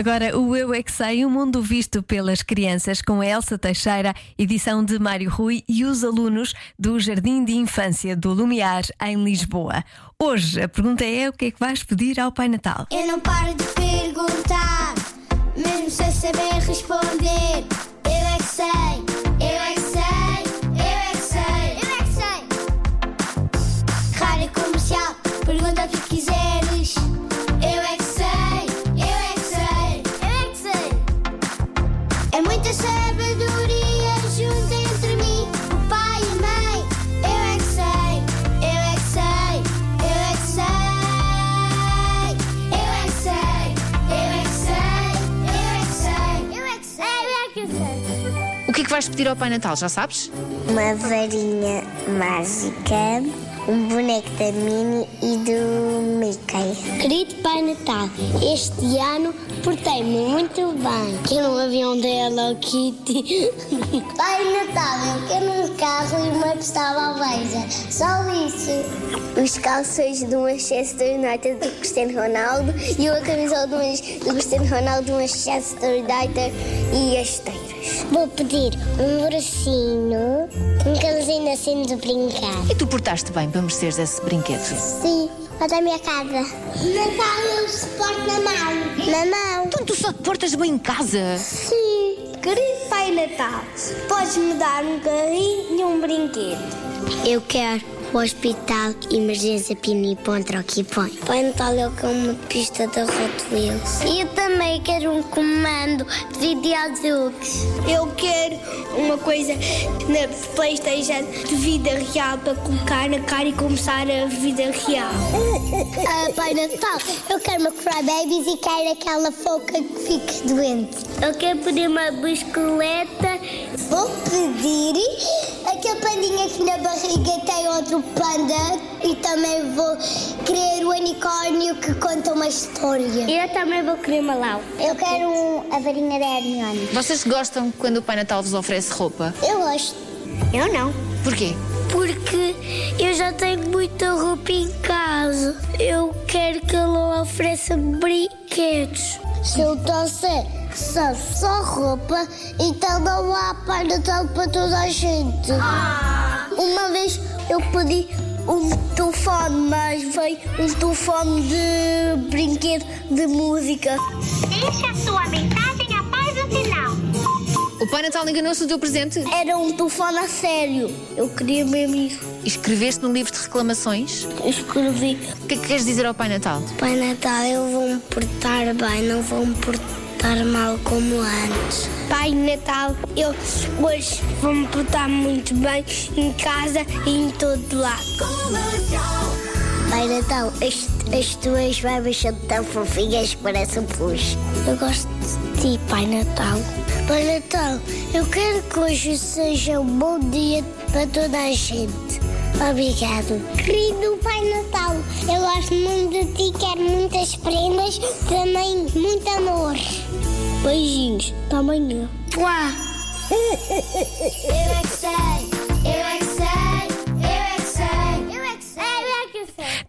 Agora, o Eu É Que Sei, o mundo visto pelas crianças, com a Elsa Teixeira, edição de Mário Rui e os alunos do Jardim de Infância do Lumiar, em Lisboa. Hoje, a pergunta é: o que é que vais pedir ao Pai Natal? Eu não paro de perguntar, mesmo sem saber responder. Eu é que sei, eu é que sei, eu é que sei, eu é que sei. Rádio comercial, pergunta o que quiseres. Eu é que sei, eu é que sei, eu é que sei. É muita sabedoria junta entre mim, o pai e a mãe. Eu é que sei, eu é que sei, eu é que sei. Eu é que sei, eu é que sei, eu é que sei, eu é que sei, eu é que sei. O que é que vais pedir ao Pai Natal, já sabes? Uma varinha mágica, um boneco da Minnie e do Mickey. Querido Pai Natal, este ano portei-me muito bem. Quero um avião da Hello Kitty. Pai Natal, eu quero um carro e uma pistola beija. Só isso. Os calções do Manchester United do Cristiano Ronaldo e a camisola do, Man- do Cristiano Ronaldo do Manchester United e as esteiras. Vou pedir um bracinho, um cãozinho assim de brincar. E tu portaste bem para mereceres esse brinquedo. Sim, lá da minha casa. Natal eu suporto é um na mão. Na mão? Então tu só te portas bem em casa. Sim. Querido Pai Natal, podes-me dar um carrinho e um brinquedo? Eu quero o Hospital Emergência Pinipon Troquipon. Pai Natal, eu quero uma pista da Hot Wheels. Eu também quero um comando de vídeo Eu quero uma coisa na Playstation de vida real para colocar na cara e começar a vida real. Ah, Pai Natal, eu quero uma Cry Babies e quero aquela foca que fique doente. Eu quero pedir uma bicicleta. Vou pedir aquele pandinha que na barriga tem outro panda e também vou querer o unicórnio que conta uma história. Eu também vou querer uma lau. Eu quero um, a varinha da Hermione. Vocês gostam quando o Pai Natal vos oferece roupa? Eu gosto. Eu não. Porquê? Porque eu já tenho muita roupa em casa. Eu quero que ele ofereça brinquedos. Se eu trouxer só, só roupa, então não há Pai Natal para toda a gente. Uma vez eu pedi um telefone, mas veio um telefone de brinquedo de música. Deixe a sua mensagem após o sinal. O Pai Natal enganou-se do teu presente? Era um telefone a sério. Eu queria mesmo isso. Escreveste no livro de reclamações? Escrevi O que é que queres dizer ao Pai Natal? Pai Natal, eu vou me portar bem, não vou me portar mal como antes. Pai Natal, eu hoje vou me portar muito bem em casa e em todo lado. Pai Natal, as, as tuas barbas são tão fofinhas que parecem pus. Eu gosto de ti, Pai Natal. Pai Natal, eu quero que hoje seja um bom dia para toda a gente. Obrigado. Querido Pai Natal, eu gosto muito de ti, quero muitas prendas, também muito amor. Beijinhos, até amanhã. Uau! Eu é que é sei, é